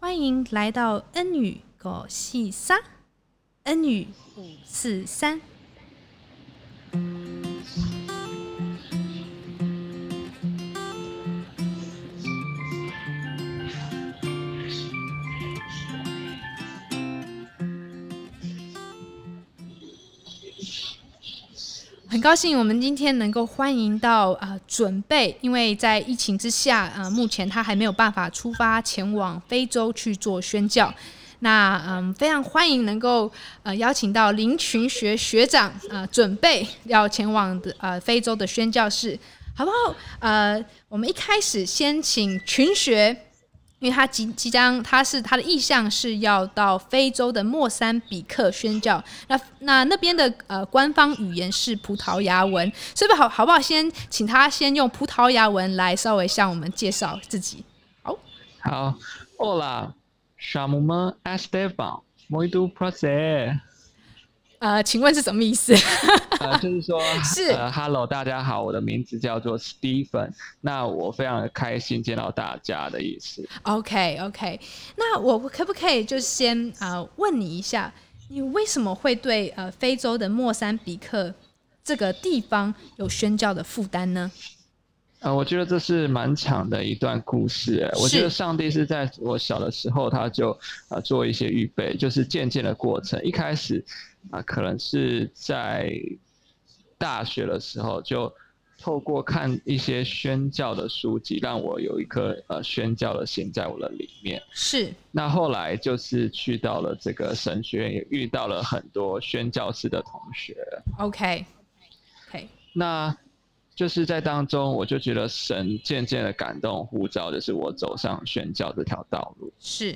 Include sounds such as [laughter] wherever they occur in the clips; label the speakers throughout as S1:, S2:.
S1: 欢迎来到恩语狗戏沙，恩语
S2: 嗯
S1: 四三。很高兴我们今天能够欢迎到呃准备，因为在疫情之下，呃，目前他还没有办法出发前往非洲去做宣教。那嗯，非常欢迎能够呃邀请到林群学学长啊、呃准备要前往的呃非洲的宣教士，好不好？呃，我们一开始先请群学，因为他即即将他是他的意向是要到非洲的莫桑比克宣教，那那那边的呃官方语言是葡萄牙文，所以好好不好先请他先用葡萄牙文来稍微向我们介绍自己。
S2: 好，Olá, chamo-me Esteban, muito prazer 。
S1: 呃，请问是什么意思？ [laughs]
S2: 呃，就是说，
S1: 是
S2: 呃，Hello，大家好，我的名字叫做 Stephen，那我非常开心见到大家的意思。
S1: OK OK，那我可不可以就先呃问你一下，你为什么会对呃非洲的莫桑比克这个地方有宣教的负担呢？
S2: 呃，我觉得这是蛮长的一段故事欸。我觉
S1: 是
S2: 得上帝是在我小的时候，他就呃做一些预备，就是渐渐的过程。一开始啊、可能是在大学的时候，就透过看一些宣教的书籍，让我有一颗呃宣教的心在我的里面。
S1: 是
S2: 那后来就是去到了这个神学院，也遇到了很多宣教师的同学。
S1: OK OK
S2: 那就是在当中，我就觉得神渐渐的感动呼召，就是我走上宣教这条道路。
S1: 是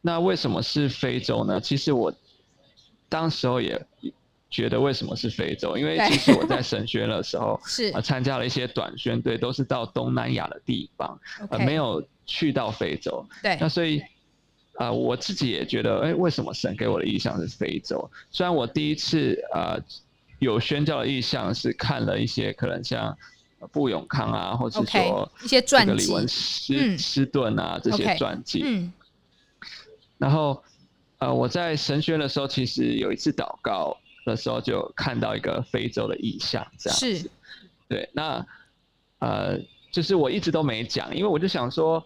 S2: 那为什么是非洲呢？其实我当时候也觉得为什么是非洲，因为
S1: 对，
S2: 其实我在神学的时候
S1: 是
S2: 呃，参加了一些短宣队，都是到东南亚的地方，呃，
S1: OK
S2: 没有去到非洲。
S1: 对
S2: 那所以，呃，我自己也觉得，哎、为什么神给我的意向是非洲？虽然我第一次呃有宣教的意向是看了一些可能像呃布永康啊，或是
S1: OK
S2: 说
S1: 一些
S2: 这
S1: 传
S2: 个李
S1: 记，
S2: 文斯、
S1: 嗯
S2: 斯顿啊这
S1: OK，
S2: 些传记，
S1: 嗯
S2: 然后呃我在神学的时候，其实有一次祷告的时候就看到一个非洲的意向，这样
S1: 是
S2: 对，那呃，就是我一直都没讲，因为我就想说，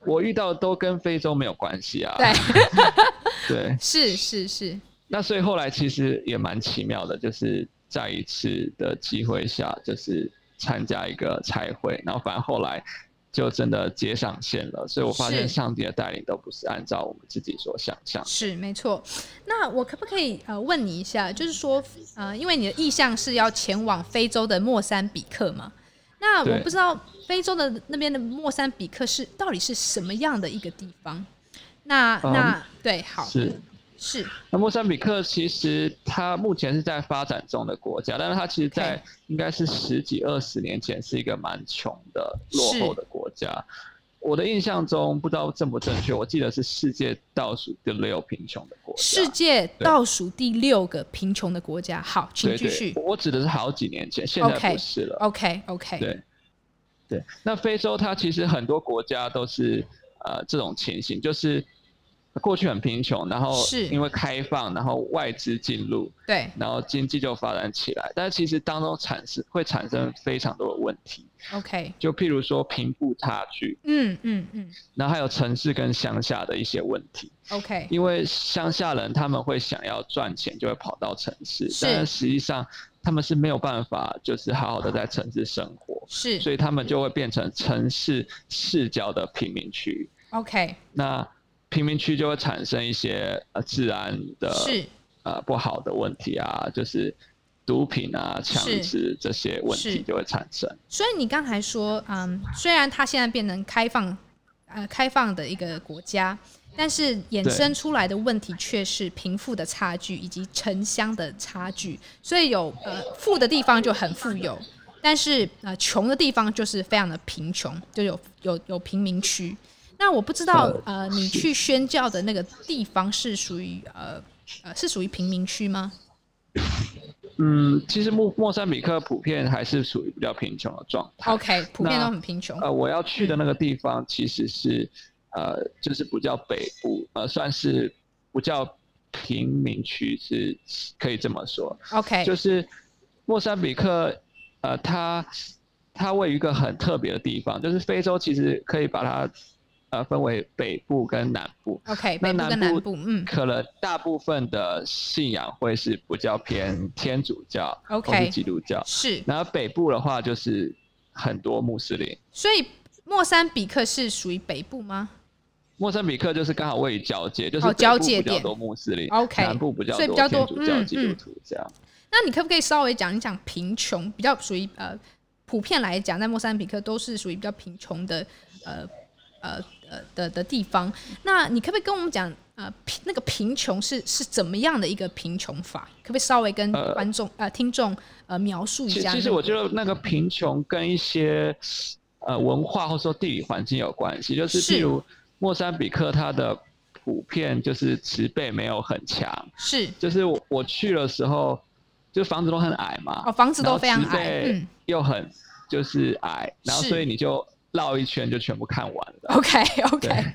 S2: 我遇到的都跟非洲没有关系啊。
S1: 对
S2: 对，
S1: 是是
S2: [laughs]
S1: 是
S2: 那所以后来其实也蛮奇妙的，就是在一次的机会下，就是参加一个彩会，然后反正后来就真的接上线了。所以我发现
S1: 是
S2: 上帝的带领都不是按照我们自己所想象。
S1: 是没错。那我可不可以呃问你一下，就是说呃，因为你的意向是要前往非洲的莫桑比克嘛？那我
S2: 对
S1: 不知道非洲的那边的莫桑比克是到底是什么样的一个地方？那
S2: 嗯
S1: 那、对好
S2: 是。
S1: 是
S2: 那莫桑比克其实它目前是在发展中的国家，但是它其实在
S1: OK
S2: 应该是十几二十年前是一个蛮穷的落后的国家。我的印象中，不知道正不正确，我记得是世界倒数第六贫穷的国家。
S1: 世界倒数第六个贫穷的国家。好，请
S2: 对
S1: 继
S2: 对
S1: 续，。
S2: 我指的是好几年前，现在
S1: OK
S2: 不是了。
S1: OK OK
S2: 对，对。那非洲它其实很多国家都是呃这种情形，就是过去很贫穷，然后
S1: 是
S2: 因为开放，然后外资进入，
S1: 对
S2: 然后经济就发展起来。但其实当中产生会产生非常多的问题，
S1: OK，
S2: 就譬如说贫富差距，
S1: 嗯嗯嗯
S2: 然后还有城市跟乡下的一些问题。
S1: ，OK
S2: 因为乡下人他们会想要赚钱，就会跑到城市，
S1: 是
S2: 但是实际上他们是没有办法就是好好的在城市生活，
S1: 是
S2: 所以他们就会变成城市市郊的贫民区。
S1: OK
S2: 那贫民区就会产生一些呃治安的
S1: 是
S2: 呃不好的问题啊，就是毒品啊、
S1: 是
S2: 枪支这些问
S1: 是
S2: 题就会产生。
S1: 所以你刚才说，嗯，虽然它现在变成开放，呃，开放的一个国家，但是衍生出来的问题却是贫富的差距以及城乡的差距。所以有呃富的地方就很富有，但是呃穷的地方就是非常的贫穷，就有有有贫民区。那我不知道，
S2: 哦
S1: 呃，你去宣教的那个地方是属于呃呃是属于贫民区吗？
S2: 嗯，其实莫莫桑比克普遍还是属于比较贫穷的状态。
S1: OK，普遍
S2: 啊那
S1: 都很贫穷。
S2: 呃，我要去的那个地方其实是呃，就是不叫北部，呃，算是不叫贫民区，是可以这么说。
S1: OK，
S2: 就是莫桑比克，呃，它它位于一个很特别的地方，就是非洲其实可以把它呃分为北部跟南部。
S1: OK，
S2: 那
S1: 北部跟
S2: 南
S1: 南
S2: 部
S1: 部，嗯
S2: 可能大部分的信仰会是比较偏天主教或是
S1: ，OK，
S2: 基督教，
S1: 是，
S2: 然后北部的话就是很多穆斯林。
S1: 所以莫桑比克是属于北部吗
S2: 莫桑比克就是刚好位于交界，就是
S1: 哦
S2: 北部
S1: 交界
S2: 比较
S1: 点
S2: 多穆斯林
S1: ？OK，
S2: 南部比较
S1: 所以比
S2: 多
S1: 较
S2: 天
S1: 多
S2: 主教、
S1: 嗯
S2: 基督
S1: 嗯
S2: 徒这样。
S1: 那你可不可以稍微讲一讲贫穷，比较属于呃普遍来讲，在莫桑比克都是属于比较贫穷的呃呃呃的的地方。那你可不可以跟我们讲呃贫那个贫穷是是怎么样的一个贫穷法？可不可以稍微跟
S2: 呃
S1: 观众呃听众呃描述一
S2: 其
S1: 下那个？
S2: 其实我觉得那个贫穷跟一些呃文化或者说地理环境有关系，就是
S1: 是
S2: 譬如莫桑比克它的普遍就是植被没有很强，
S1: 是
S2: 就是我我去的时候，就房子都很矮嘛，
S1: 哦，房子
S2: 然
S1: 都
S2: 后
S1: 非常矮，
S2: 植被
S1: 嗯
S2: 又很就是矮，然后
S1: 是
S2: 所以你就绕一圈就全部看完
S1: [laughs]
S2: 了。
S1: ，OK OK
S2: 对。
S1: [laughs]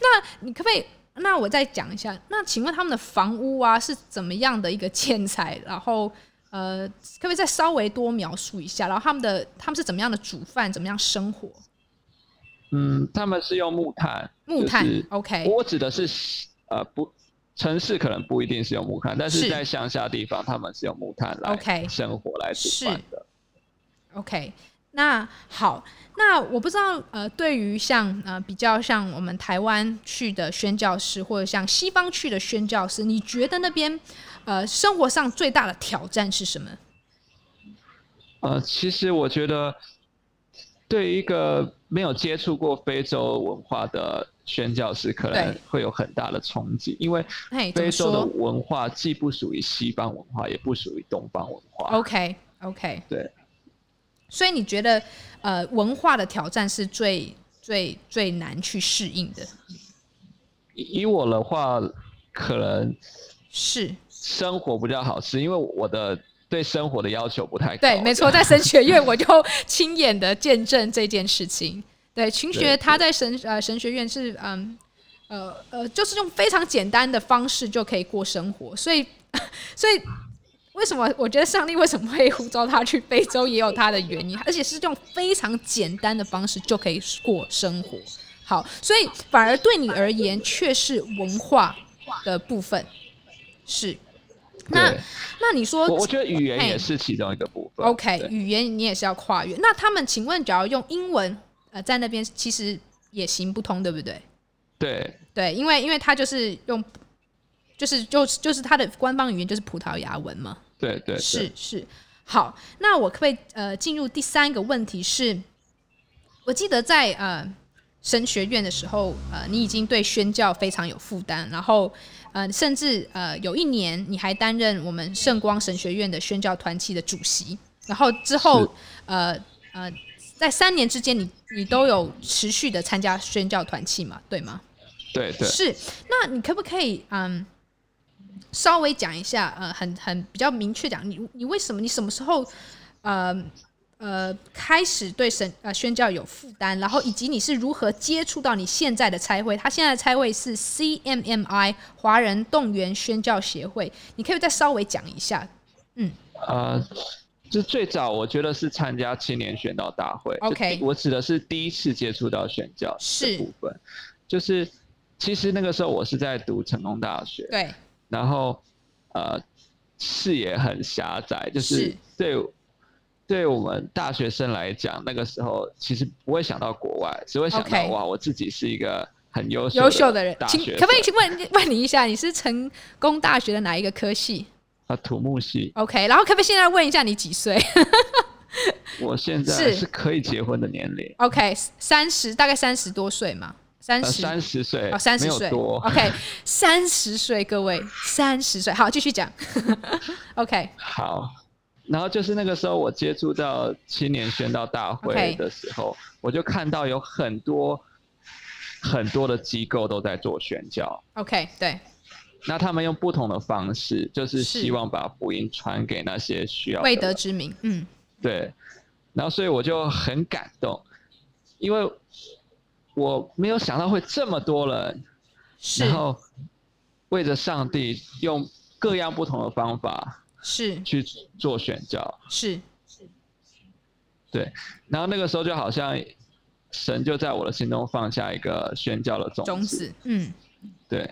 S1: 那你可不可以？那我再讲一下，那请问他们的房屋啊是怎么样的一个建材？然后呃，可不可以再稍微多描述一下？然后他们的他们是怎么样的煮饭，怎么样生活？
S2: 嗯，他们是用木炭，
S1: 木炭、
S2: 就是
S1: o k
S2: 我指的是呃不，城市可能不一定是用木炭，但是
S1: 是
S2: 在乡下地方，他们是用木炭来
S1: OK
S2: 生活来煮饭的。
S1: OK，那好，那我不知道呃，对于像呃比较像我们台湾去的宣教师，或者像西方去的宣教师，你觉得那边呃生活上最大的挑战是什么？
S2: 呃，其实我觉得对于一个没有接触过非洲文化的宣教师，可能
S1: 对
S2: 会有很大的冲击，因为
S1: 嘿，怎
S2: 非
S1: 么
S2: 洲的
S1: 说
S2: 文化既不属于西方文化，也不属于东方文化。
S1: ？OK OK，
S2: 对，
S1: 所以你觉得，呃，文化的挑战是最最最难去适应的，
S2: 以以我的话，可能
S1: 是
S2: 生活比较好吃，因为我的对生活的要求不太高。
S1: 对，没错，在神学院我就亲眼的见证这件事情。对，群
S2: 对
S1: 学他在神呃神学院是嗯呃呃，就是用非常简单的方式就可以过生活，所以 [laughs] 所以为什么我觉得上帝为什么会呼召他去非洲，也有他的原因，而且是用非常简单的方式就可以过生活。好，所以反而对你而言却是文化的部分，是。那
S2: 对
S1: 那你说
S2: 我我觉得语言
S1: 嘿
S2: 也是其中一个部分。
S1: OK，
S2: 对
S1: 语言你也是要跨越。那他们请问，只要用英文，呃，在那边其实也行不通，对不对？
S2: 对
S1: 对，因为因为他就是用，就是就是就是他的官方语言就是葡萄牙文嘛。
S2: 对对，对
S1: 是是。好，那我可不可以呃进入第三个问题是？我记得在呃神学院的时候，呃，你已经对宣教非常有负担，然后呃，甚至呃有一年你还担任我们圣光神学院的宣教团契的主席，然后之后
S2: 是
S1: 呃呃，在三年之间你，你都有持续的参加宣教团契嘛，对吗？
S2: 对对。
S1: 是，那你可不可以嗯，稍微讲一下呃，很很比较明确讲，你你为什么你什么时候呃呃开始对神呃宣教有负担，然后以及你是如何接触到你现在的差会？他现在的差会是 CMMI 华人动员宣教协会，你可以再稍微讲一下。
S2: 呃，就最早我觉得是参加青年宣道大会。就
S1: OK
S2: 第我指的是第一次接触到宣教
S1: 是
S2: 的部分，就是其实那个时候我是在读成功大学，
S1: 对，
S2: 然后呃视野很狭窄，就是
S1: 是
S2: 对对我们大学生来讲，那个时候其实不会想到国外，只会想到
S1: OK
S2: 哇，我自己是一个很优秀
S1: 优秀的人，
S2: 大
S1: 请
S2: 学
S1: 可不可以
S2: 生
S1: 请问问你一下，你是成功大学的哪一个科系
S2: 啊土木系，
S1: ？OK，然后可不可以现在问一下你几岁？
S2: 我现在
S1: 是
S2: 是可以结婚的年龄，
S1: OK，三十大概三十多岁嘛，三
S2: 呃
S1: 十、
S2: 三十岁
S1: 哦，三
S2: 没
S1: 十
S2: 有
S1: 岁
S2: 多。
S1: OK，三十岁各位，三十岁好，继续讲。OK，
S2: 好，然后就是那个时候我接触到青年宣道大会
S1: OK
S2: 的时候我就看到有很多很多的机构都在做宣教，
S1: OK，对，
S2: 那他们用不同的方式，就是
S1: 是
S2: 希望把福音传给那些需要的
S1: 未
S2: 人。
S1: 得之名，嗯，
S2: 对，然后所以我就很感动，因为我没有想到会这么多人，
S1: 是
S2: 然后为着上帝用各样不同的方法
S1: 是
S2: 去做宣教。
S1: 是
S2: 然后那个时候就好像神就在我的心中放下一个宣教的种
S1: 种子，嗯。
S2: 对，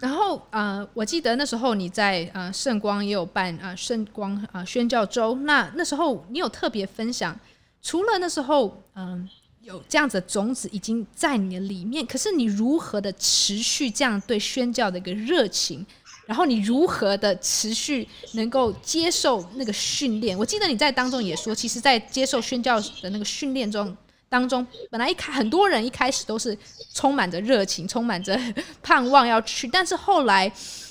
S1: 然后呃，我记得那时候你在呃圣光也有办啊、呃、圣光啊、呃宣教周，那那时候你有特别分享，除了那时候嗯、有这样子的种子已经在你的里面，可是你如何的持续这样对宣教的一个热情，然后你如何的持续能够接受那个训练？我记得你在当中也说，其实，在接受宣教的那个训练中。当中，本来一开很多人一开始都是充满着热情，充满着 [laughs] 盼望要去，但是后来，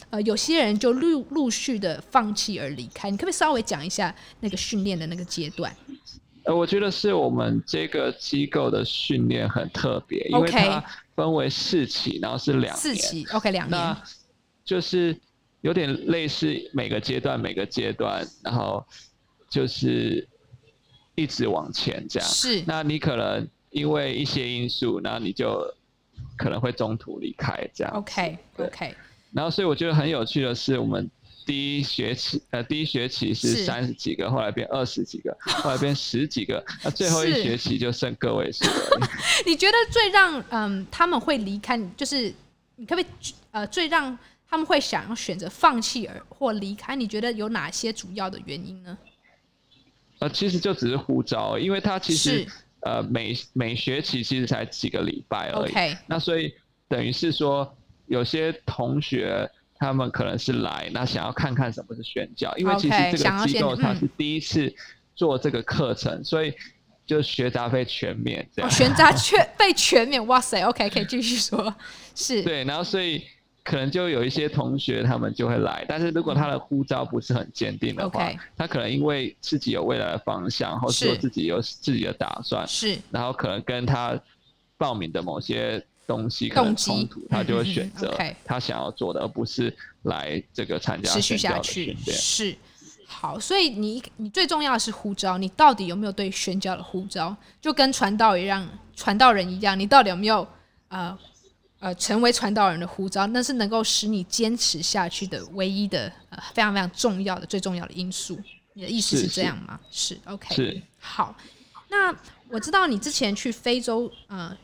S1: 呃，有些人就陆陆续的放弃而离开。你可不可以稍微讲一下那个训练的那个阶段
S2: 呃，我觉得是我们这个机构的训练很特别，因为
S1: OK
S2: 它分为四期，然后是两
S1: 四
S2: 年，
S1: 期？OK，两年
S2: 那就是有点类似每个阶段每个阶段，然后就是一直往前这样。
S1: 是
S2: 那你可能因为一些因素，那你就可能会中途离开这样。
S1: OK OK
S2: 然后，所以我觉得很有趣的是，我们第一学期，呃，第一学期
S1: 是
S2: 是三十几个，后来变二十几
S1: [laughs]
S2: 个，后来变十几个，那最后一
S1: 是
S2: 学期就剩个位数了。
S1: [laughs] 你觉得最让嗯他们会离开，就是你可不可以呃最让他们会想要选择放弃而或离开？你觉得有哪些主要的原因呢？
S2: 呃，其实就只是呼召，因为它其实
S1: 是
S2: 呃每每学期其实才几个礼拜而已。
S1: OK
S2: 那所以等于是说，有些同学他们可能是来，那想要看看什么是宣教，因为其
S1: OK，
S2: 实这
S1: 想要
S2: 个机
S1: 先
S2: 构它
S1: 嗯
S2: 是第一次做这个课程，所以就学杂费全免这
S1: 哦，
S2: 样。
S1: 悬杂全 [laughs] 被全免，哇塞！OK，可以继续说，是
S2: 对，然后所以可能就有一些同学他们就会来，但是如果他的呼召不是很坚定的话
S1: OK
S2: 他可能因为自己有未来的方向，或是说
S1: 是
S2: 自己有自己的打算，
S1: 是
S2: 然后可能跟他报名的某些东西可能
S1: 动机
S2: 冲突，他就会选
S1: 嗯嗯嗯
S2: 择
S1: ，OK
S2: 他想要做的，而不是来这个参加
S1: 持续
S2: 宣教
S1: 下
S2: 啊的
S1: 去
S2: 训练。
S1: 是好，所以你你最重要的是呼召，你到底有没有对宣教的呼召？就跟传道一样，传道人一样，你到底有没有呃呃成为传道人的呼召？那是能够使你坚持下去的唯一的呃非常非常重要的最重要的因素。你的意思
S2: 是
S1: 是这
S2: 是
S1: 样吗？是 OK
S2: 是
S1: 好，那我知道你之前去非洲呃。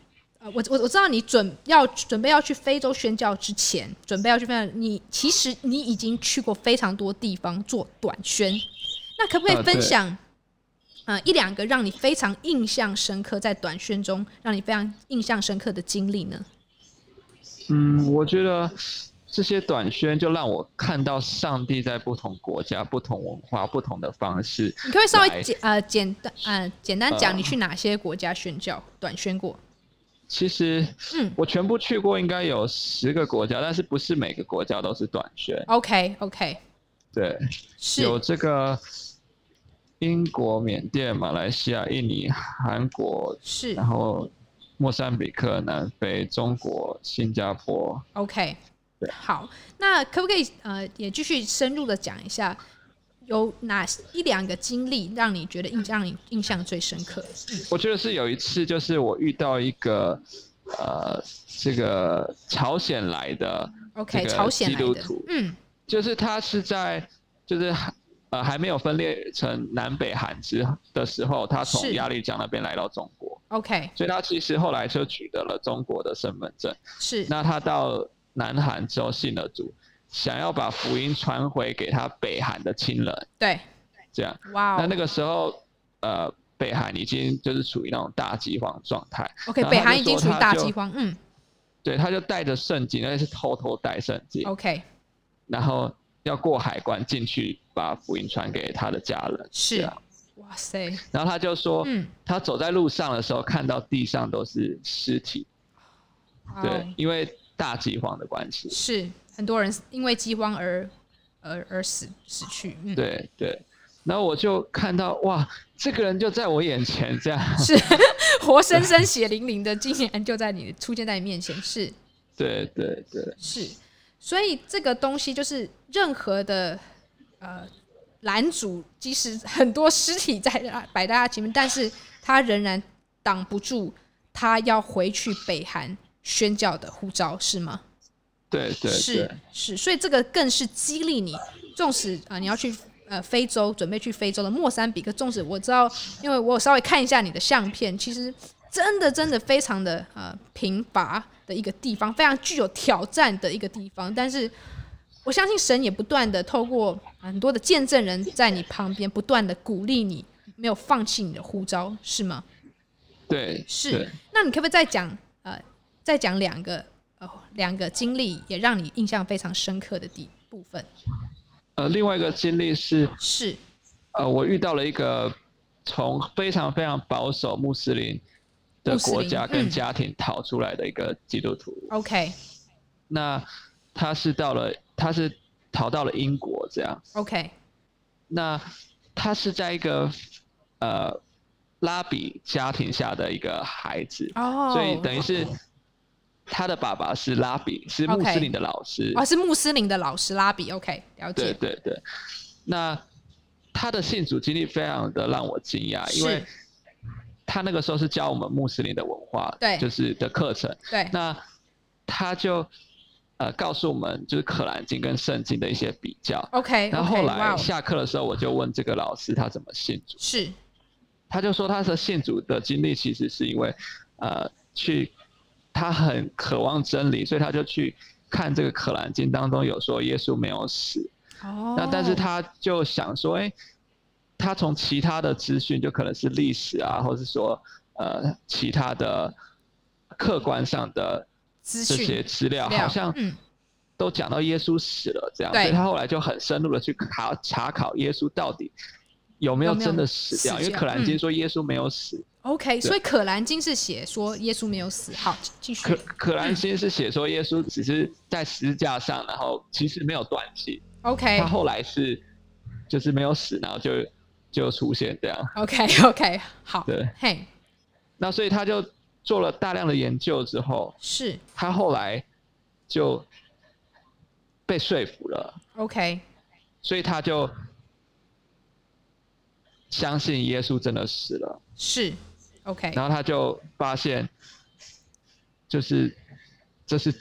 S1: 呃，我我我知道你准要准备要去非洲宣教之前，准备要去非洲，你其实你已经去过非常多地方做短宣，那可不可以
S2: 呃
S1: 分
S2: 对
S1: 享，呃，一两个让你非常印象深刻，在短宣中让你非常印象深刻的经历呢？
S2: 嗯，我觉得这些短宣就让我看到上帝在不同国家、不同文化、不同的方式
S1: 你可不可以稍微
S2: 来
S1: 简呃简单呃简单讲
S2: 呃
S1: 你去哪些国家宣教短宣过？
S2: 其实
S1: 嗯
S2: 我全部去过，应该有十个国家，但是不是每个国家都是短宣。
S1: ，OK OK，
S2: 对，
S1: 是
S2: 有这个英国、缅甸、马来西亚、印尼、韩国，
S1: 是
S2: 然后莫桑比克、南非、中国、新加坡。
S1: OK，
S2: 对
S1: 好，那可不可以呃也继续深入的讲一下，有哪一两个经历让你觉得印让你印象最深刻？
S2: 我觉得是有一次，就是我遇到一个呃，这个朝鲜来的，
S1: OK，
S2: 这个
S1: 朝鲜来
S2: 基督
S1: 的
S2: 徒，
S1: 嗯，
S2: 就是他是在就是呃还没有分裂成南北韩之的时候，他从
S1: 是
S2: 鸭绿江那边来到中国。
S1: OK，
S2: 所以他其实后来就取得了中国的身份证。
S1: 是
S2: 那他到南韩之后信了主，想要把福音传回给他北韩的亲人，
S1: 对，
S2: 这样。
S1: 哇
S2: 那
S1: 哦
S2: 那个时候，呃，北韩已经就是处于那种大饥荒状态，
S1: ，OK，
S2: 然后
S1: 北
S2: 他
S1: 韩
S2: 就
S1: 已经
S2: 说
S1: 处于
S2: 他
S1: 大
S2: 就
S1: 饥荒，嗯
S2: 对，他就带着圣经，而且是偷偷带圣经，
S1: ，OK，
S2: 然后要过海关进去把福音传给他的家人。这
S1: 是
S2: 样，
S1: 哇塞，
S2: 然后他就说，
S1: 嗯，
S2: 他走在路上的时候，看到地上都是尸体，
S1: 哇
S2: 对，
S1: 哦，
S2: 因为大饥荒的关系，
S1: 是很多人因为饥荒而而而死死去，嗯，
S2: 对对，然后我就看到哇，这个人就在我眼前这样， [laughs]
S1: 是 [laughs] 活生生血淋淋的，竟然就在你出现在你面前，是。
S2: 对对对，
S1: 是，所以这个东西就是任何的呃拦阻，即使很多尸体在摆在他前面，但是他仍然挡不住他要回去北韩宣教的护照，是吗？
S2: 对对
S1: 是
S2: 对，
S1: 是，所以这个更是激励你，纵使啊、呃你要去呃非洲，准备去非洲的莫桑比克，纵使我知道，因为我有稍微看一下你的相片，其实真的真的非常的呃贫乏的一个地方，非常具有挑战的一个地方，但是。我相信神也不断的透过很多的见证人在你旁边，不断的鼓励你，没有放弃你的呼召，是吗？
S2: 对
S1: 是
S2: 对。
S1: 那你可不可以再讲呃，再讲两个呃两个经历，也让你印象非常深刻的地部分？
S2: 呃，另外一个经历是，
S1: 是
S2: 呃，我遇到了一个从非常非常保守穆斯林的
S1: 穆斯林
S2: 国家
S1: 嗯
S2: 跟家庭逃出来的一个基督徒，
S1: OK
S2: 那他是到了，他是逃到了英国这样，
S1: OK
S2: 那他是在一个呃拉比家庭下的一个孩子，
S1: 哦，
S2: 所以等于是他的爸爸是拉比，是穆
S1: OK
S2: 斯林的老师。
S1: 哦是穆斯林的老师拉比 OK 了
S2: 对
S1: 解
S2: 对对，那他的信主经历非常的让我惊讶，啊因为
S1: 是
S2: 他那个时候是教我们穆斯林的文化，
S1: 对
S2: 就是的课程。
S1: 对
S2: 那他就呃告诉我们就是《可兰经》跟圣经的一些比较。
S1: OK
S2: 然后后
S1: OK 哇
S2: 来
S1: 哦
S2: 下课的时候，我就问这个老师他怎么信主，
S1: 是
S2: 他就说他的信主的经历其实是因为，呃，去他很渴望真理，所以他就去看这个《可兰经》当中有说耶稣没有死，
S1: 哦
S2: 那但是他就想说，哎、他从其他的资讯，就可能是历史啊，或是说呃其他的客观上的
S1: 资
S2: 这些
S1: 讯
S2: 资料，
S1: 料
S2: 好像
S1: 嗯
S2: 都讲到耶稣死了这样，
S1: 对
S2: 所以他后来就很深入的去查查考耶稣到底有没
S1: 有
S2: 有
S1: 没有嗯
S2: 真的死掉，
S1: 死
S2: 因为
S1: 掉
S2: 可兰经说耶稣没有死，
S1: OK 所以《可兰经》是写说耶稣没有死，好继续
S2: 可可兰经是写说耶稣只是在十字架上，然后其实没有断气，
S1: OK
S2: 他后来是就是没有死，然后就就出现这样。
S1: OK [laughs] OK 好
S2: 对
S1: 嘿
S2: 那所以他就做了大量的研究之后，
S1: 是
S2: 他后来就被说服了，
S1: OK
S2: 所以他就相信耶稣真的死了，
S1: 是 OK
S2: 然后他就发现，就是这是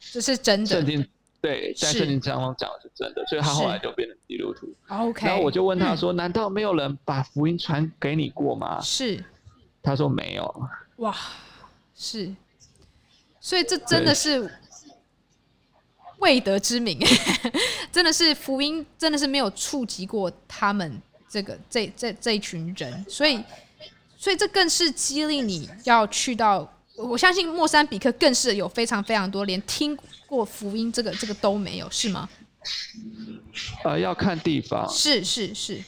S1: 这是真
S2: 圣
S1: 的
S2: 经对在
S1: 是
S2: 圣经当中讲的是真的，所以他后来就变成基督徒。
S1: OK
S2: 然后我就问他说：“难道没有人把福音传给你过吗
S1: 是？”
S2: 他说：“没有。
S1: 哇，是，所以这真的
S2: 对
S1: 是未得之名， [laughs] 真的是福音，真的是没有触及过他们这个这这这一群人，所以所以这更是激励你要去到。我我相信莫桑比克更是有非常非常多连听过福音这个这个都没有，是吗？”
S2: 呃，要看地方，
S1: 是是是，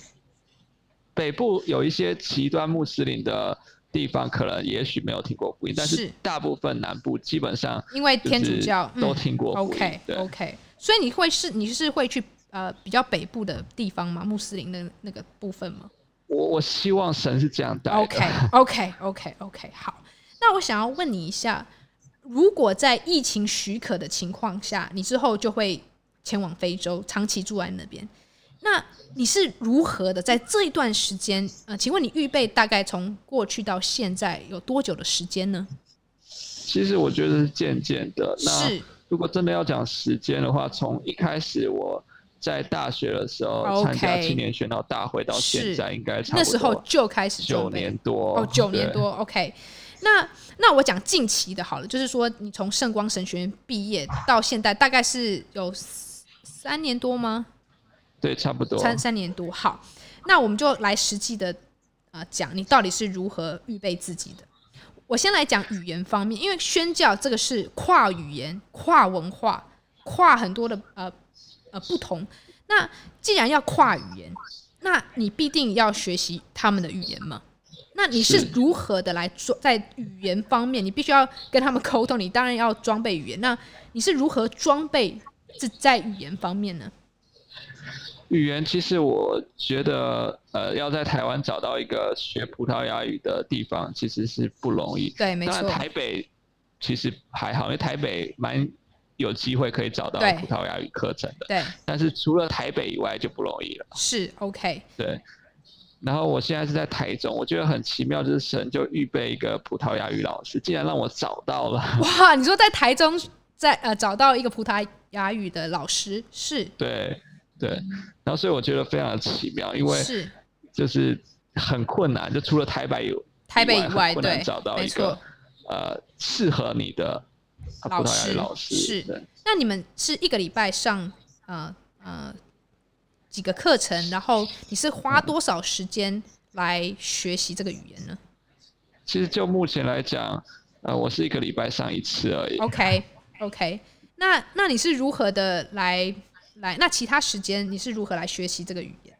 S2: 北部有一些极端穆斯林的地方，可能也许没有听过福音，但
S1: 是
S2: 是大部分南部基本上
S1: 因为
S2: 就是
S1: 天主教嗯
S2: 都听过福音。
S1: OK
S2: 对
S1: OK，所以你会是你是会去呃比较北部的地方吗？穆斯林的那个部分吗
S2: 我我希望神是这样带的。
S1: ？OK OK OK OK，好。那我想要问你一下，如果在疫情许可的情况下，你之后就会前往非洲，长期住在那边。那你是如何的在这一段时间？呃，请问你预备大概从过去到现在有多久的时间呢？
S2: 其实我觉得是渐渐的。那
S1: 是
S2: 如果真的要讲时间的话，从一开始我在大学的时候
S1: OK
S2: 参加青年宣道大会到现在，
S1: 是
S2: 应该差
S1: 那
S2: 不
S1: 时候
S2: 多
S1: 就开始
S2: 九
S1: 准备
S2: 年多。
S1: 哦，九年
S2: 对。
S1: 多，OK。那那我讲近期的好了，就是说你从圣光神学院毕业到现在，大概是有三三年多吗？
S2: 对，差不多。
S1: 三三年多。好，那我们就来实际的啊讲，你到底是如何预备自己的。我先来讲语言方面，因为宣教这个是跨语言、跨文化、跨很多的呃呃不同。那既然要跨语言，那你必定要学习他们的语言嘛？那你是
S2: 是
S1: 如何的来做在语言方面？你必须要跟他们沟通，你当然要装备语言。那你是如何装备这在语言方面呢？
S2: 语言其实我觉得，呃，要在台湾找到一个学葡萄牙语的地方，其实是不容易。
S1: 对，没
S2: 当然，
S1: 错，
S2: 台北其实还好，因为台北蛮有机会可以找到
S1: 对
S2: 葡萄牙语课程的。
S1: 对。
S2: 但是除了台北以外就不容易了。
S1: 是 OK，
S2: 对，然后我现在是在台中，我觉得很奇妙，就是神就预备一个葡萄牙语老师，竟然让我找到了。 [laughs]
S1: 哇，你说在台中在呃找到一个葡萄牙语的老师是
S2: 对对，然后所以我觉得非常的奇妙，因为
S1: 是
S2: 就是很困难，就除了台北有
S1: 台北以
S2: 以
S1: 外
S2: 很困
S1: 对
S2: 难找到
S1: 没
S2: 一个
S1: 错
S2: 呃适合你的呃
S1: 老
S2: 葡萄牙
S1: 师
S2: 语老师。
S1: 是
S2: 对
S1: 那你们是一个礼拜上呃呃几个课程，然后你是花多少时间来学习这个语言呢
S2: 其实就目前来讲，呃，我是一个礼拜上一次而已。
S1: ？OK OK，那那你是如何的来来？那其他时间你是如何来学习这个语言？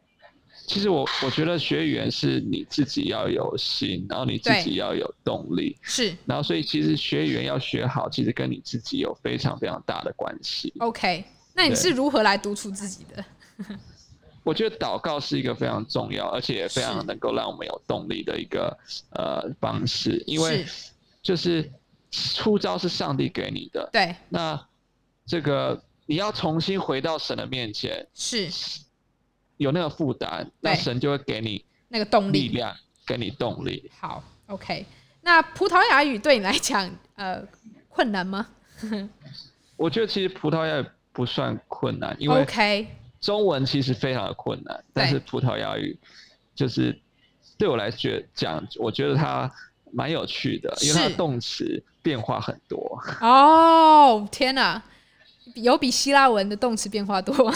S2: 其实我我觉得学语言是你自己要有心，然后你自
S1: 对
S2: 己要有动力，
S1: 是
S2: 然后所以其实学语言要学好，其实跟你自己有非常非常大的关系。
S1: OK，那你
S2: 对
S1: 是如何来督促自己的？
S2: 我觉得祷告是一个非常重要，而且也非常能够让我们有动力的一个呃方式，因为
S1: 是
S2: 就是出招是上帝给你的，
S1: 对
S2: 那这个你要重新回到神的面前，
S1: 是
S2: 有那个负担，那
S1: 对
S2: 神就会给你
S1: 那个动力。
S2: 力量，给你动力。
S1: 好，OK，那葡萄牙语对你来讲呃困难吗
S2: 我觉得其实葡萄牙语不算困难，因为
S1: ？OK，
S2: 中文其实非常的困难，但是葡萄牙语就是对我来觉讲，我觉得它蛮有趣的，因为它
S1: 是
S2: 的动词变化很多。
S1: 哦，天哪，有比希腊文的动词变化多吗？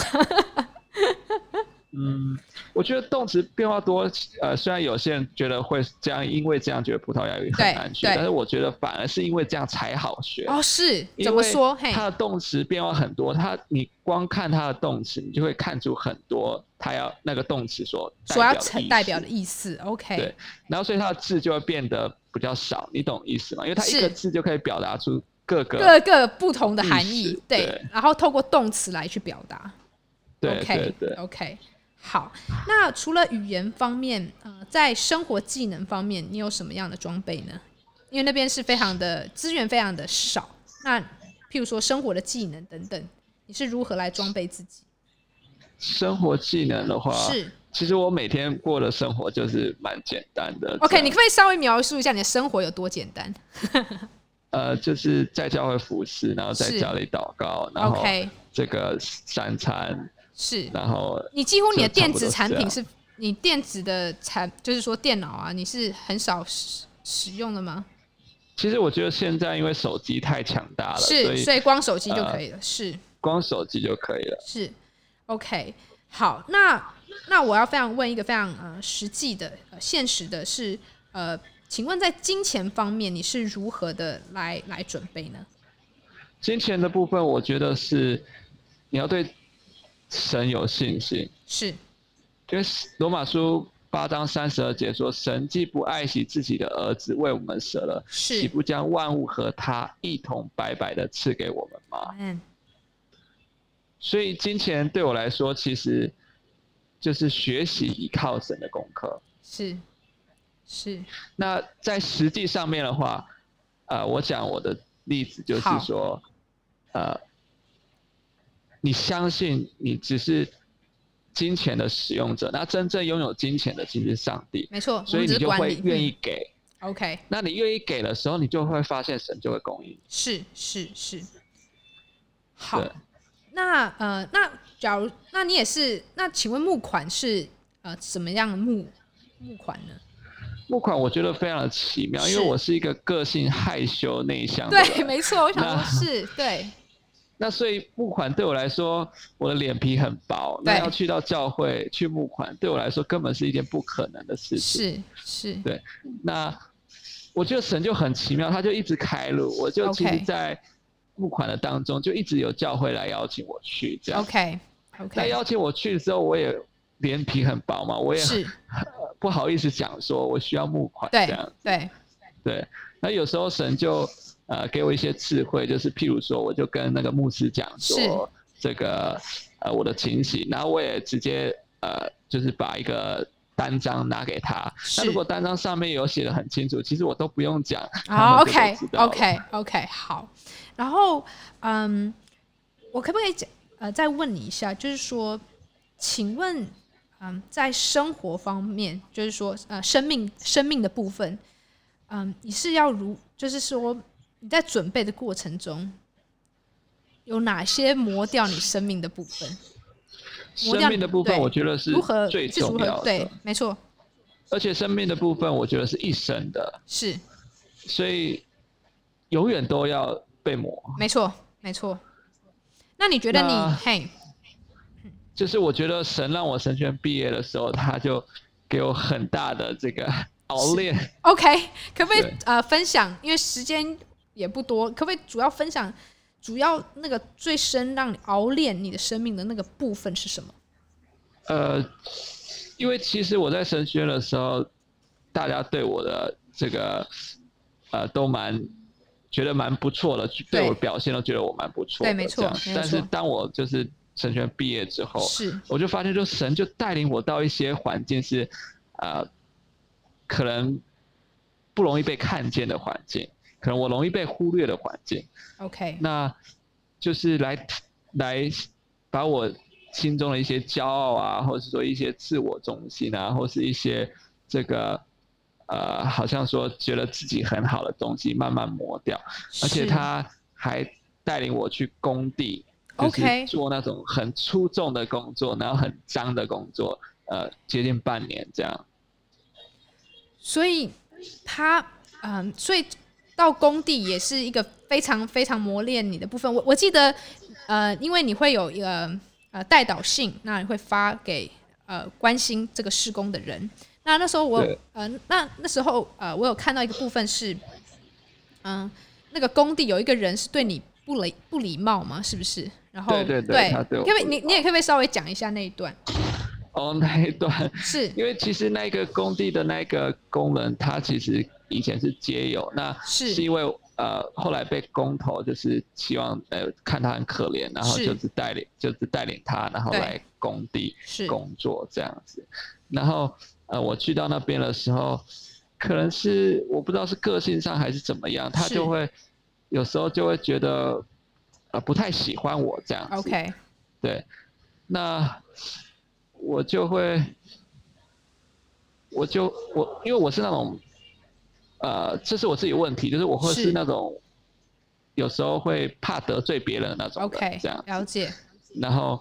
S2: 嗯，我觉得动词变化多，呃，虽然有些人觉得会这样，因为这样觉得葡萄牙语很
S1: 对
S2: 难学，
S1: 对
S2: 但是我觉得反而是因为这样才好学。
S1: 哦，是
S2: 因
S1: 怎么
S2: 为
S1: 说？嘿，
S2: 它的动词变化很多，它你光看它的动词，你就会看出很多它要那个动词所代
S1: 所要
S2: 表的
S1: 呈
S2: 意
S1: 代
S2: 思
S1: 表的意思。OK，
S2: 对然后所以它的字就会变得比较少，你懂意思吗？因为它
S1: 是
S2: 一个字就可以表达出各个
S1: 各个不同的含
S2: 意
S1: 义
S2: 思，
S1: 对
S2: 对，
S1: 然后透过动词来去表达。
S2: 对
S1: OK
S2: 对对。
S1: OK，好。那除了语言方面，呃，在生活技能方面，你有什么样的装备呢？因为那边是非常的资源非常的少，那譬如说生活的技能等等，你是如何来装备自己？
S2: 生活技能的话，
S1: 是
S2: 其实我每天过的生活就是蛮简单的。这
S1: OK，
S2: 样
S1: 你可不可以稍微描述一下你的生活有多简单
S2: 呃就是在教会服侍，然后在
S1: 是
S2: 家里祷告，然后
S1: ？OK，
S2: 这个三餐，
S1: 是
S2: 然后
S1: 你几乎你的
S2: 就差
S1: 电
S2: 不多
S1: 子
S2: 是
S1: 产
S2: 这
S1: 品
S2: 样
S1: 是你电子的产，就是说电脑啊，你是很少使使用的吗？
S2: 其实我觉得现在因为手机太强大了，所
S1: 是，
S2: 以
S1: 所以光手机就
S2: 呃
S1: 可以了。是。
S2: 光手机就可以了。
S1: 是，OK，好，那那我要非常问一个非常呃实际的、呃现实的是，呃，请问在金钱方面你是如何的来来准备呢？
S2: 金钱的部分，我觉得是你要对神有信心，
S1: 是
S2: 因为罗马书八章三十二节说：“神既不爱惜自己的儿子为我们舍了，岂
S1: 是，
S2: 不将万物和他一同白白的赐给我们吗
S1: 嗯，？”
S2: 所以，金钱对我来说，其实就是学习依靠神的功课。
S1: 是是
S2: 那在实际上面的话，呃，我讲我的例子就是
S1: 好
S2: 说，呃，你相信你只是金钱的使用者，那真正拥有金钱的其实是上帝，
S1: 没错，我
S2: 所以
S1: 们只
S2: 你
S1: 是
S2: 就
S1: 管
S2: 会
S1: 理，
S2: 愿
S1: 嗯
S2: 意给。
S1: OK，
S2: 那你愿意给的时候，你就会发现神就会供应。
S1: 是是是，好
S2: 对，，
S1: 那呃，那假如那你也是，那请问募款是呃怎么样的募募款呢？
S2: 募款我觉得非常的奇妙，因
S1: 是
S2: 为我是一个个性害羞内向的
S1: 对，
S2: 人，
S1: 没错，我想
S2: 嗯那
S1: 说是对。
S2: 那所以募款对我来说，我的脸皮很薄，
S1: 对
S2: 那要去到教会去募款，对我来说根本是一件不可能的事情。
S1: 是是
S2: 对那我觉得神就很奇妙，他就一直开路，我就其实
S1: OK
S2: 在募款的当中，就一直有教会来邀请我去这样。
S1: ，OK
S2: 啊那啊
S1: OK，
S2: 邀请我去之后，我也脸皮很薄嘛，我也 [laughs] 很
S1: 是，
S2: 不好意思讲说我需要募款这
S1: 对
S2: 样。
S1: 对，
S2: 对，那有时候神就呃给我一些智慧，就是譬如说，我就跟那个牧师讲说这个呃我的情形，然后我也直接呃就是把一个单张拿给他。那
S1: 是
S2: 如果单张上面有写的很清楚，其实我都不用讲，
S1: 好啊
S2: 他们就都
S1: ，OK
S2: 知道了
S1: OK OK，好。然后，嗯，我可不可以讲呃，再问你一下，就是说，请问嗯，在生活方面，就是说，呃，生命生命的部分，嗯，你是要如，就是说你在准备的过程中，有哪些磨掉你生命的部分？磨掉
S2: 生命的部分，
S1: 对
S2: 我觉得是
S1: 如何
S2: 最
S1: 是如
S2: 重要
S1: 何？对
S2: 的。，
S1: 没错，
S2: 而且生命的部分，我觉得是一生的，
S1: 是
S2: 所以永远都要被磨。
S1: 没错，没错。那你觉得你
S2: 那
S1: 嘿，
S2: 就是我觉得神让我神学院毕业的时候，他就给我很大的
S1: [laughs]
S2: 这个熬练。
S1: OK，可不可以
S2: 对
S1: 呃分享？因为时间也不多，可不可以主要分享主要那个最深让你熬炼你的生命的那个部分是什么？
S2: 呃，因为其实我在神学院的时候，大家对我的这个呃都蛮觉得蛮不错的，对我的表现都觉得我蛮不错的
S1: 对没错
S2: 这样
S1: 没有
S2: 但是
S1: 错
S2: 当我就是神学院毕业之后，
S1: 是
S2: 我就发现，就神就带领我到一些环境是，呃，可能不容易被看见的环境，可能我容易被忽略的环境，
S1: OK，
S2: 那就是来来把我心中的一些骄傲啊，或者是说一些自我中心啊，或是一些这个呃，好像说觉得自己很好的东西，慢慢磨掉。而且
S1: 是
S2: 他还带领我去工地，就是
S1: OK
S2: 做那种很粗重的工作，然后很脏的工作，呃，接近半年这样。
S1: 所以他嗯、所以到工地也是一个非常非常磨练你的部分。我我记得呃，因为你会有一个呃带导信，那你会发给呃关心这个施工的人。那那时候我
S2: 对
S1: 呃，那那时候呃，我有看到一个部分是，嗯、那个工地有一个人是对你不礼不礼貌嘛，是不是？然后
S2: 对对对他
S1: 你
S2: 对我
S1: 可不可以
S2: 不礼
S1: 你你也可不可以稍微讲一下那一段？
S2: 哦，那一段，
S1: 是
S2: 因为其实那个工地的那个工人，他其实以前是街友，那
S1: 是
S2: 因为呃后来被工头就是希望呃看他很可怜，然后
S1: 是
S2: 就是带领就是带领他，然后
S1: 对
S2: 来工地。
S1: 是
S2: 工作这样子。然后呃，我去到那边的时候，可能是我不知道是个性上还是怎么样，他
S1: 是
S2: 就会有时候就会觉得呃不太喜欢我这样子。
S1: OK
S2: 对，那我就会，我就我因为我是那种，呃，这是我自己的问题，就是我会
S1: 是
S2: 是那种。有时候会怕得罪别人的那种人
S1: OK，
S2: 这样
S1: 了解。
S2: 然后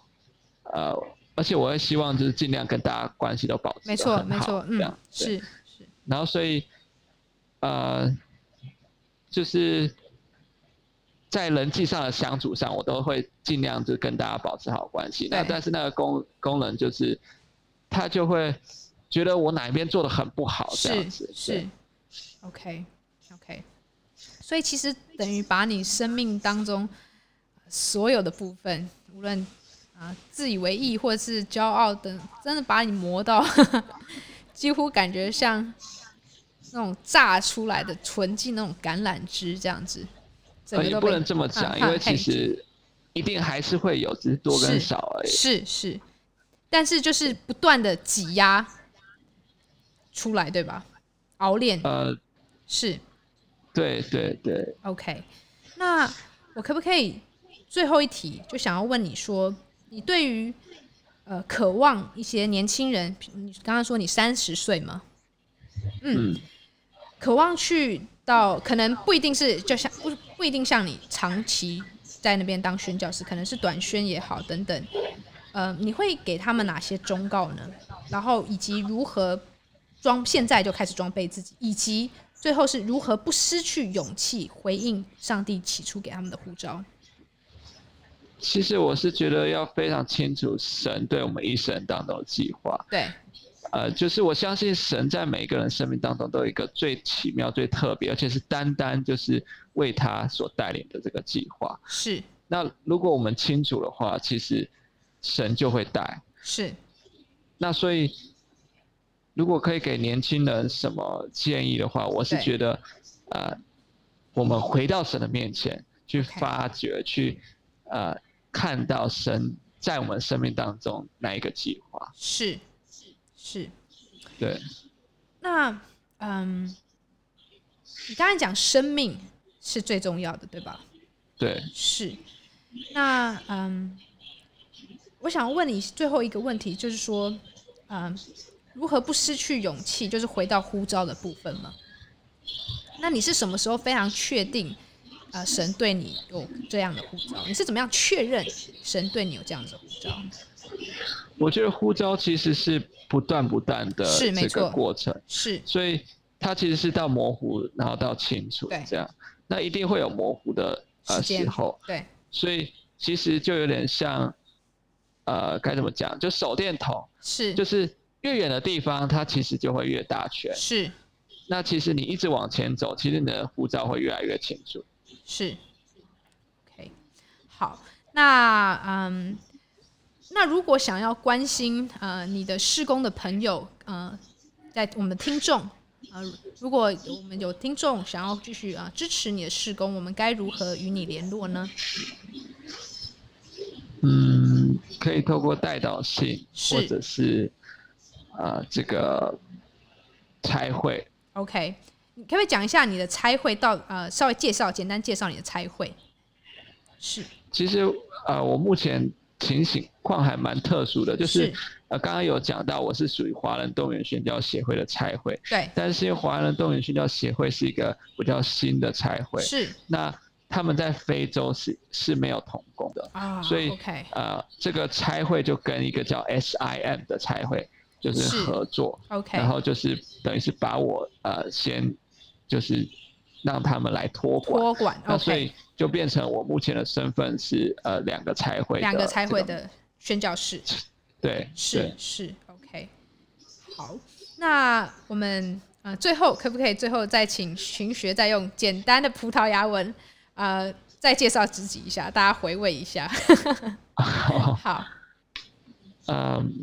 S2: 呃，而且我会希望就是尽量跟大家关系都保持
S1: 没
S2: 得
S1: 错，
S2: 很
S1: 没
S2: 好
S1: 错，
S2: 这
S1: 嗯
S2: 样，对
S1: 是是，
S2: 然后所以呃，就是在人际上的相处上，我都会尽量就跟大家保持好关系。那
S1: 对
S2: 但是那个工工人就是他就会觉得我哪边做的很不好这样子
S1: 是，
S2: 对
S1: 是，OK OK，所以其实等于把你生命当中所有的部分，无论啊、自以为意或是骄傲等，真的把你磨到 [laughs] 几乎感觉像那种榨出来的纯净那种橄榄枝这样子，整个
S2: 呃也
S1: 都
S2: 不
S1: 被
S2: 能这么讲，
S1: 啊
S2: 因为
S1: 啊
S2: 其
S1: 嘿
S2: 实一定还是会有，只是多
S1: 是
S2: 跟少而已。
S1: 是是，但是就是不断的挤压出来，对吧？熬炼
S2: 呃，
S1: 是
S2: 对对对，
S1: OK。那我可不可以最后一题就想要问你说，你对于呃渴望一些年轻人，你刚刚说你三十岁吗？嗯，
S2: 嗯
S1: 渴望去到可能不一定是就像不不一定像你长期在那边当宣教师，可能是短宣也好等等。呃，你会给他们哪些忠告呢？然后以及如何装现在就开始装备自己，以及最后是如何不失去勇气回应上帝起初给他们的呼召。
S2: 其实我是觉得要非常清楚神对我们一生当中的计划，
S1: 对，
S2: 呃，就是我相信神在每一个人生命当中都有一个最奇妙、最特别，而且是单单就是为他所带领的这个计划。
S1: 是
S2: 那如果我们清楚的话，其实神就会带。
S1: 是
S2: 那所以，如果可以给年轻人什么建议的话，我是
S1: 对
S2: 觉得，呃，我们回到神的面前去
S1: OK
S2: 发掘去呃看到神在我们生命当中那一个计划。
S1: 是是。
S2: 对，
S1: 那嗯，你刚才讲生命是最重要的，对吧？
S2: 对，
S1: 是，那嗯，我想问你最后一个问题，就是说，呃，如何不失去勇气，就是回到呼召的部分嘛。那你是什么时候非常确定，啊、神对你有这样的呼召？你是怎么样确认神对你有这样子的呼召？
S2: 我觉得呼召其实是不断不断的
S1: 是没
S2: 这
S1: 错
S2: 个过程，
S1: 是
S2: 所以它其实是到模糊，然后到清楚
S1: 对
S2: 这样，那一定会有模糊的呃
S1: 时间
S2: 时候，
S1: 对，
S2: 所以其实就有点像，呃，该怎么讲？就手电筒，
S1: 是
S2: 就是越远的地方，它其实就会越大圈。
S1: 是
S2: 那其实你一直往前走，其实你的护照会越来越清楚。
S1: 是，OK，好，那嗯，那如果想要关心呃你的施工的朋友，呃，在我们的听众，呃，如果我们有听众想要继续啊、呃支持你的施工，我们该如何与你联络呢？
S2: 嗯，可以透过代导性，
S1: 是
S2: 或者是呃这个拆会。
S1: OK，你可不可以讲一下你的差会到呃，稍微介绍，简单介绍你的差会？是
S2: 其实呃，我目前情形况还蛮特殊的，就是
S1: 是
S2: 呃刚刚有讲到，我是属于华人动员宣教协会的拆会，
S1: 对，
S2: 但是因为华人动员宣教协会是一个比较新的拆会，
S1: 是
S2: 那他们在非洲是是没有同工的，
S1: 啊，
S2: 所以
S1: OK
S2: 呃，这个差会就跟一个叫 SIM 的差会就是
S1: 是
S2: 合作，
S1: OK，
S2: 然后就是等于是把我呃先就是让他们来托管，
S1: 托管
S2: 那所
S1: OK，
S2: 以就变成我目前的身份是呃两个差会的
S1: 两个差
S2: 这
S1: 会的宣教士
S2: 对
S1: 是
S2: 对
S1: 是 OK，好，那我们呃最后可不可以最后再请群学再用简单的葡萄牙文呃再介绍自己一下，大家回味一下。 [laughs] 好，
S2: 嗯，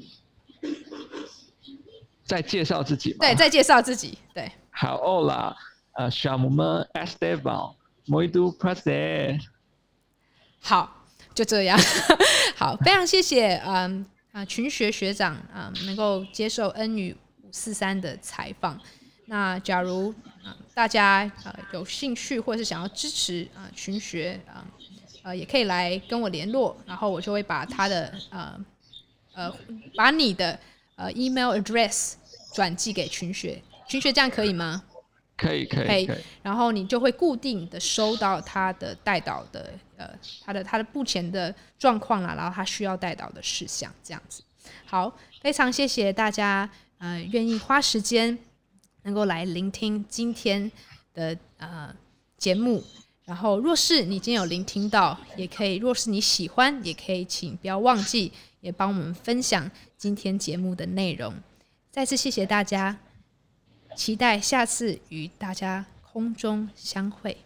S2: 再介绍自己嘛，
S1: 对，再介绍自己，对，
S2: 好，Hola，呃，chamo-me Esteban muito prazer。
S1: 好，就这样。 [laughs] 好，非常谢谢，嗯啊，群学学长啊、嗯能够接受 N 语五四三的采访。那假如啊、呃大家呃有兴趣或是想要支持啊、呃群学啊、呃呃也可以来跟我联络，然后我就会把他的呃呃把你的呃 email address 转寄给群学，群学这样可以吗？
S2: 可以可
S1: 可以
S2: 以可以，
S1: 然后你就会固定的收到他的带导的呃他的他的目前的状况啦，然后他需要带导的事项这样子。好，非常谢谢大家呃愿意花时间能够来聆听今天的呃节目。然后，若是你今天有聆听到，也可以；若是你喜欢，也可以，请不要忘记也帮我们分享今天节目的内容。再次谢谢大家，期待下次与大家空中相会。